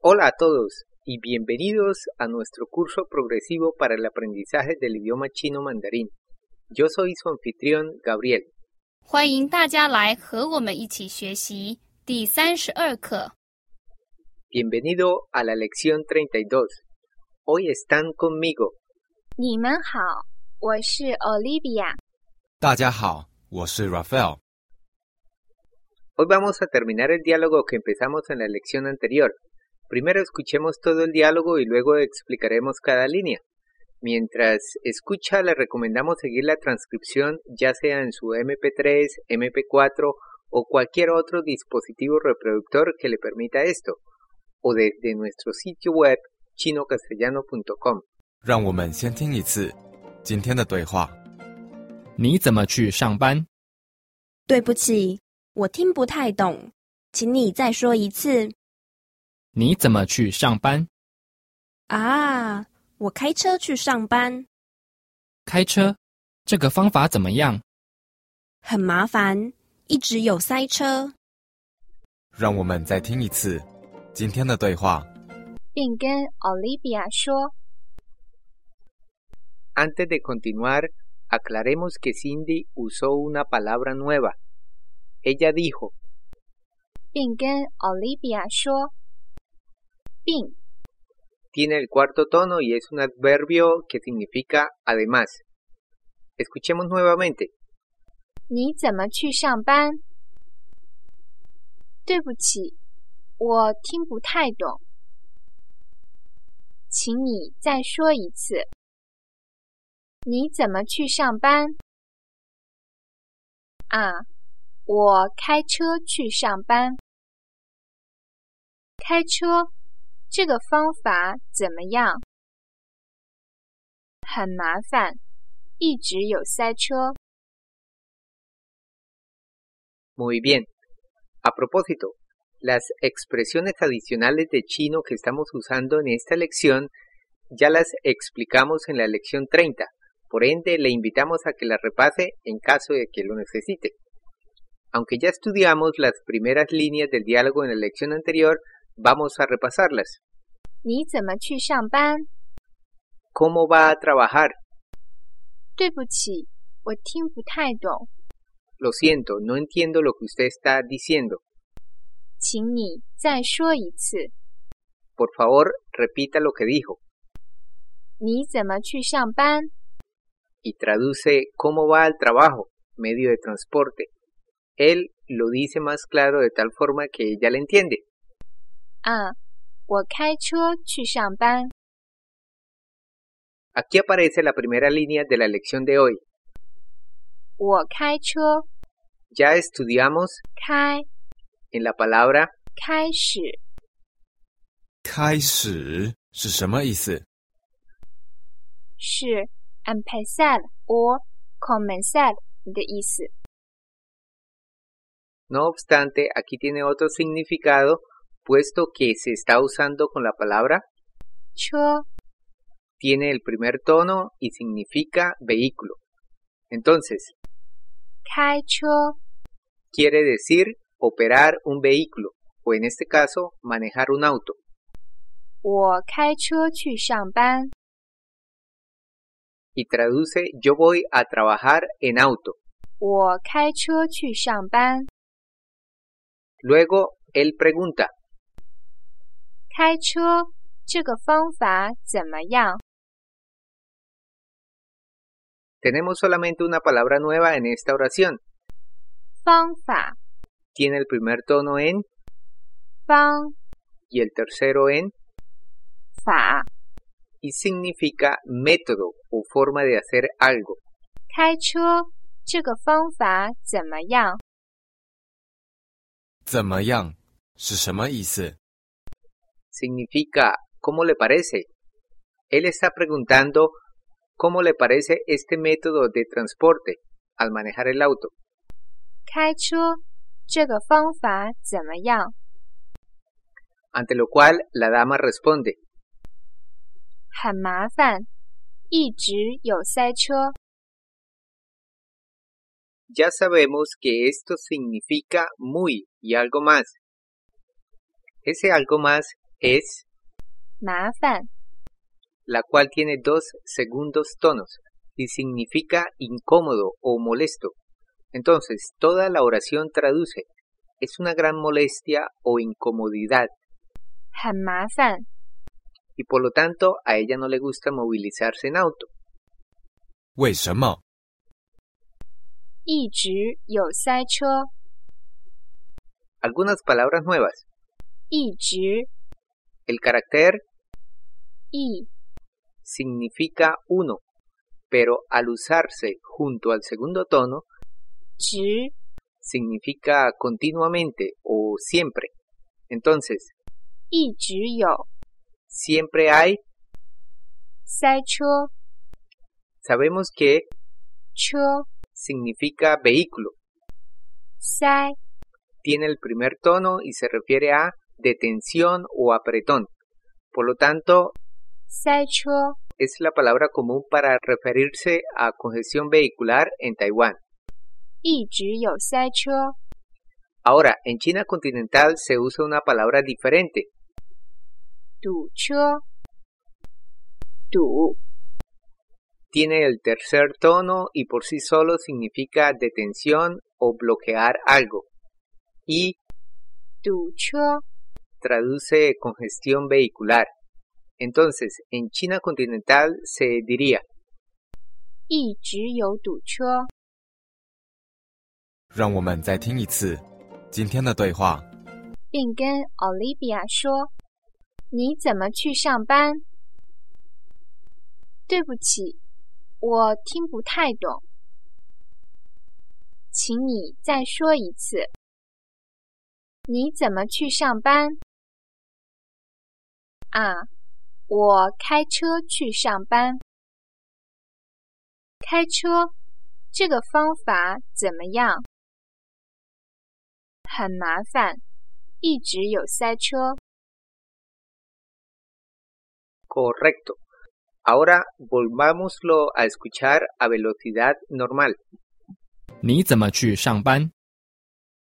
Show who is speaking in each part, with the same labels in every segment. Speaker 1: Hola a todos y bienvenidos a nuestro curso progresivo para el aprendizaje del idioma chino mandarín. Yo soy su anfitrión Gabriel.
Speaker 2: 欢迎大家来和我们一起学习第三十二课。
Speaker 1: Bienvenido a la lección 32. Hoy están conmigo
Speaker 3: 你们好，我是 Olivia。
Speaker 4: 大家好，我是 Raphael。
Speaker 1: Hoy vamos a terminar el diálogo que empezamos en la lección anterior. Primero escuchemos todo el diálogo y luego explicaremos cada línea. Mientras escucha, le recomendamos seguir la transcripción ya sea en su MP3, MP4 o cualquier otro dispositivo reproductor que le permita esto, o desde nuestro sitio web chinocastellano.com.
Speaker 4: 让我们先听一次今天的对话。
Speaker 5: 你怎么去上班？
Speaker 6: 对不起，我听不太懂，请你再说一次。
Speaker 5: 你怎么去上班？
Speaker 6: 啊，我开车去上班，
Speaker 5: 开车，这个方法怎么样？
Speaker 6: 很麻烦，一直有塞车。
Speaker 4: 让我们再听一次今天的对话。
Speaker 3: 并跟 Olivia 说，
Speaker 1: Antes de continuar, aclaremos que Cindy usó una palabra nueva. Ella dijo,
Speaker 3: 并跟 Olivia 说，并
Speaker 1: tiene el cuarto tono y es un adverbio que significa además. Escuchemos nuevamente.
Speaker 3: 你怎么去上班？对不起，我听不太懂，请你再说一次。你怎么去上班？啊，我开车去上班。开车，这个方法怎么样？很麻烦，一直有塞车。
Speaker 1: Muy bien. A propósito, las expresiones adicionales de chino que estamos usando en esta lección ya las explicamos en la lección 30. Por ende, le invitamos a que las repase en caso de que lo necesite. Aunque ya estudiamos las primeras líneas del diálogo en la lección anterior, vamos a repasarlas.
Speaker 3: 你怎么去上班？
Speaker 1: ¿Cómo va a trabajar?
Speaker 3: 对不起，我听不太懂，
Speaker 1: Lo siento, no entiendo lo que usted está diciendo.
Speaker 3: 请你再说一次。
Speaker 1: Por favor, repita lo que dijo
Speaker 3: 你怎么去上班？
Speaker 1: y traduce cómo va al trabajo, medio de transporte. Él lo dice más claro de tal forma que ella le entiende.
Speaker 3: 啊，我开车去上班。
Speaker 1: Aquí aparece la primera línea de la lección de hoy.
Speaker 3: 我开车，
Speaker 1: Ya estudiamos
Speaker 3: 开
Speaker 1: en la palabra
Speaker 3: 开始
Speaker 4: 开始是什么意思？
Speaker 3: 是 empezar or comenzar 的意思。
Speaker 1: No obstante, aquí tiene otro significado, puesto que se está usando con la palabra,
Speaker 3: 车
Speaker 1: tiene el primer tono y significa vehículo. Entonces,
Speaker 3: 开车，
Speaker 1: quiere decir operar un vehículo, o en este caso, manejar un auto.
Speaker 3: 我开车去上班。
Speaker 1: Y traduce yo voy a trabajar en auto.
Speaker 3: 我开车去上班。
Speaker 1: Luego, él pregunta,
Speaker 3: 开车这个方法怎么样？
Speaker 1: tenemos solamente una palabra nueva en esta oración.
Speaker 3: 方法
Speaker 1: Tiene el primer tono en
Speaker 3: 方
Speaker 1: y el tercero en
Speaker 3: 法，
Speaker 1: y significa método o forma de hacer algo.
Speaker 3: 开车这个方法怎么样？
Speaker 4: 怎么样是什么意思？
Speaker 1: Significa ¿cómo le parece? Él está preguntando ¿cómo le parece este método de transporte al manejar el auto?
Speaker 3: 开车这个方法怎么样？
Speaker 1: Ante lo cual la dama responde
Speaker 3: 很麻烦，一直有塞车。
Speaker 1: Ya sabemos que esto significa muy y algo más. Ese algo más es
Speaker 3: 麻烦，
Speaker 1: la cual tiene dos segundos tonos y significa incómodo o molesto. Entonces, toda la oración traduce, es una gran molestia o incomodidad,
Speaker 3: 很麻烦。
Speaker 1: y por lo tanto a ella no le gusta movilizarse en auto.
Speaker 4: 为什么？
Speaker 3: 一直有塞车，
Speaker 1: Algunas palabras nuevas.
Speaker 3: 一直
Speaker 1: El carácter
Speaker 3: 一
Speaker 1: significa uno, pero al usarse junto al segundo tono,
Speaker 3: 直
Speaker 1: significa continuamente o siempre. Entonces,
Speaker 3: 一直有
Speaker 1: siempre hay,
Speaker 3: 塞车，
Speaker 1: sabemos que
Speaker 3: 车
Speaker 1: significa vehículo,
Speaker 3: 塞
Speaker 1: tiene el primer tono y se refiere a detención o apretón. Por lo tanto,
Speaker 3: 塞车，
Speaker 1: es la palabra común para referirse a congestión vehicular en Taiwán.
Speaker 3: 一直有塞车，
Speaker 1: Ahora, en China continental se usa una palabra diferente,
Speaker 3: 堵车，堵
Speaker 1: tiene el tercer tono y por sí solo significa detención o bloquear algo. Y
Speaker 3: 堵车，
Speaker 1: traduce congestión vehicular. Entonces, en China continental se diría
Speaker 3: 一直有堵车。
Speaker 4: 让我们再听一次今天的对话。
Speaker 3: 并跟 Olivia 说：“你怎么去上班？”对不起，我听不太懂，请你再说一次。你怎么去上班？啊，我开车去上班。开车这个方法怎么样？很麻烦。一直有塞车。
Speaker 1: correcto. Ahora volvámoslo a escuchar a velocidad normal.
Speaker 5: 你怎么去上班？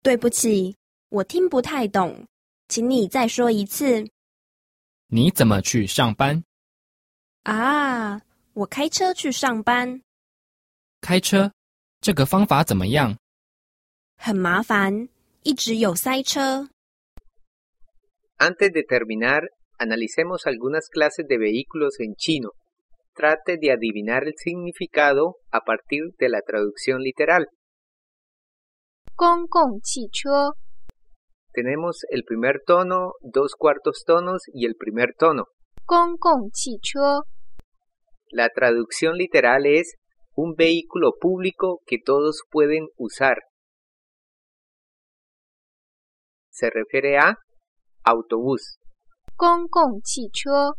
Speaker 6: 对不起，我听不太懂，请你再说一次。
Speaker 5: 你怎么去上班？
Speaker 6: 啊，我开车去上班，
Speaker 5: 开车这个方法怎么样？
Speaker 6: 很麻烦，一直有塞车。
Speaker 1: Antes de terminar, analicemos algunas clases de vehículos en chino. Trate de adivinar el significado a partir de la traducción literal.
Speaker 3: 公共汽车、
Speaker 1: Tenemos el primer tono, dos cuartos tonos y el primer tono.
Speaker 3: 公共汽车、
Speaker 1: La traducción literal es un vehículo público que todos pueden usar. Se refiere a autobús.
Speaker 3: 公共汽车、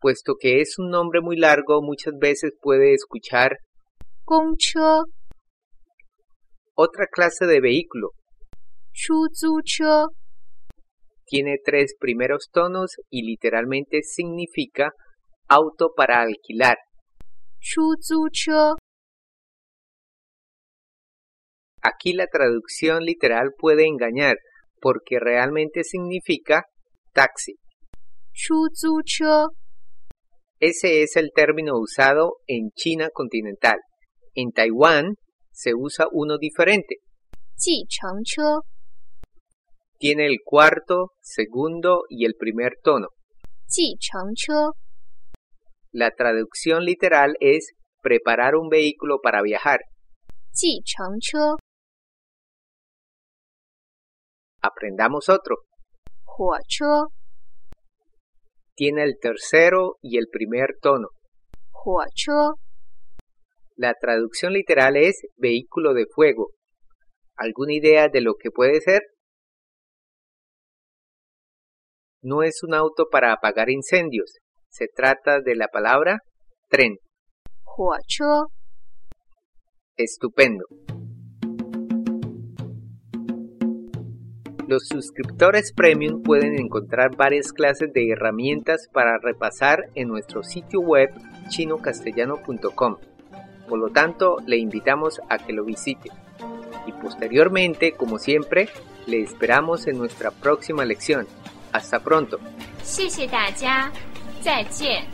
Speaker 1: Puesto que es un nombre muy largo, muchas veces puede escuchar
Speaker 3: 公车、
Speaker 1: otra clase de vehículo.
Speaker 3: 出租车、
Speaker 1: Tiene tres primeros tonos y literalmente significa auto para alquilar.
Speaker 3: 出租车、
Speaker 1: Aquí la traducción literal puede engañar porque realmente significa taxi.
Speaker 3: 出租车、
Speaker 1: Ese es el término usado en China continental. En Taiwán se usa uno diferente.
Speaker 3: 计程车、
Speaker 1: Tiene el cuarto, segundo y el primer tono.
Speaker 3: 计程车、
Speaker 1: La traducción literal es preparar un vehículo para viajar.
Speaker 3: 计程车、
Speaker 1: Aprendamos otro.
Speaker 3: 火车、
Speaker 1: Tiene el tercero y el primer tono.
Speaker 3: 火车、
Speaker 1: La traducción literal es vehículo de fuego. ¿Alguna idea de lo que puede ser? No es un auto para apagar incendios. Se trata de la palabra tren.
Speaker 3: 火车。
Speaker 1: Estupendo. Los suscriptores premium pueden encontrar varias clases de herramientas para repasar en nuestro sitio web chinocastellano.com. Por lo tanto, le invitamos a que lo visite. Y posteriormente, como siempre, le esperamos en nuestra próxima lección. Hasta pronto.
Speaker 3: 谢谢大家，再见。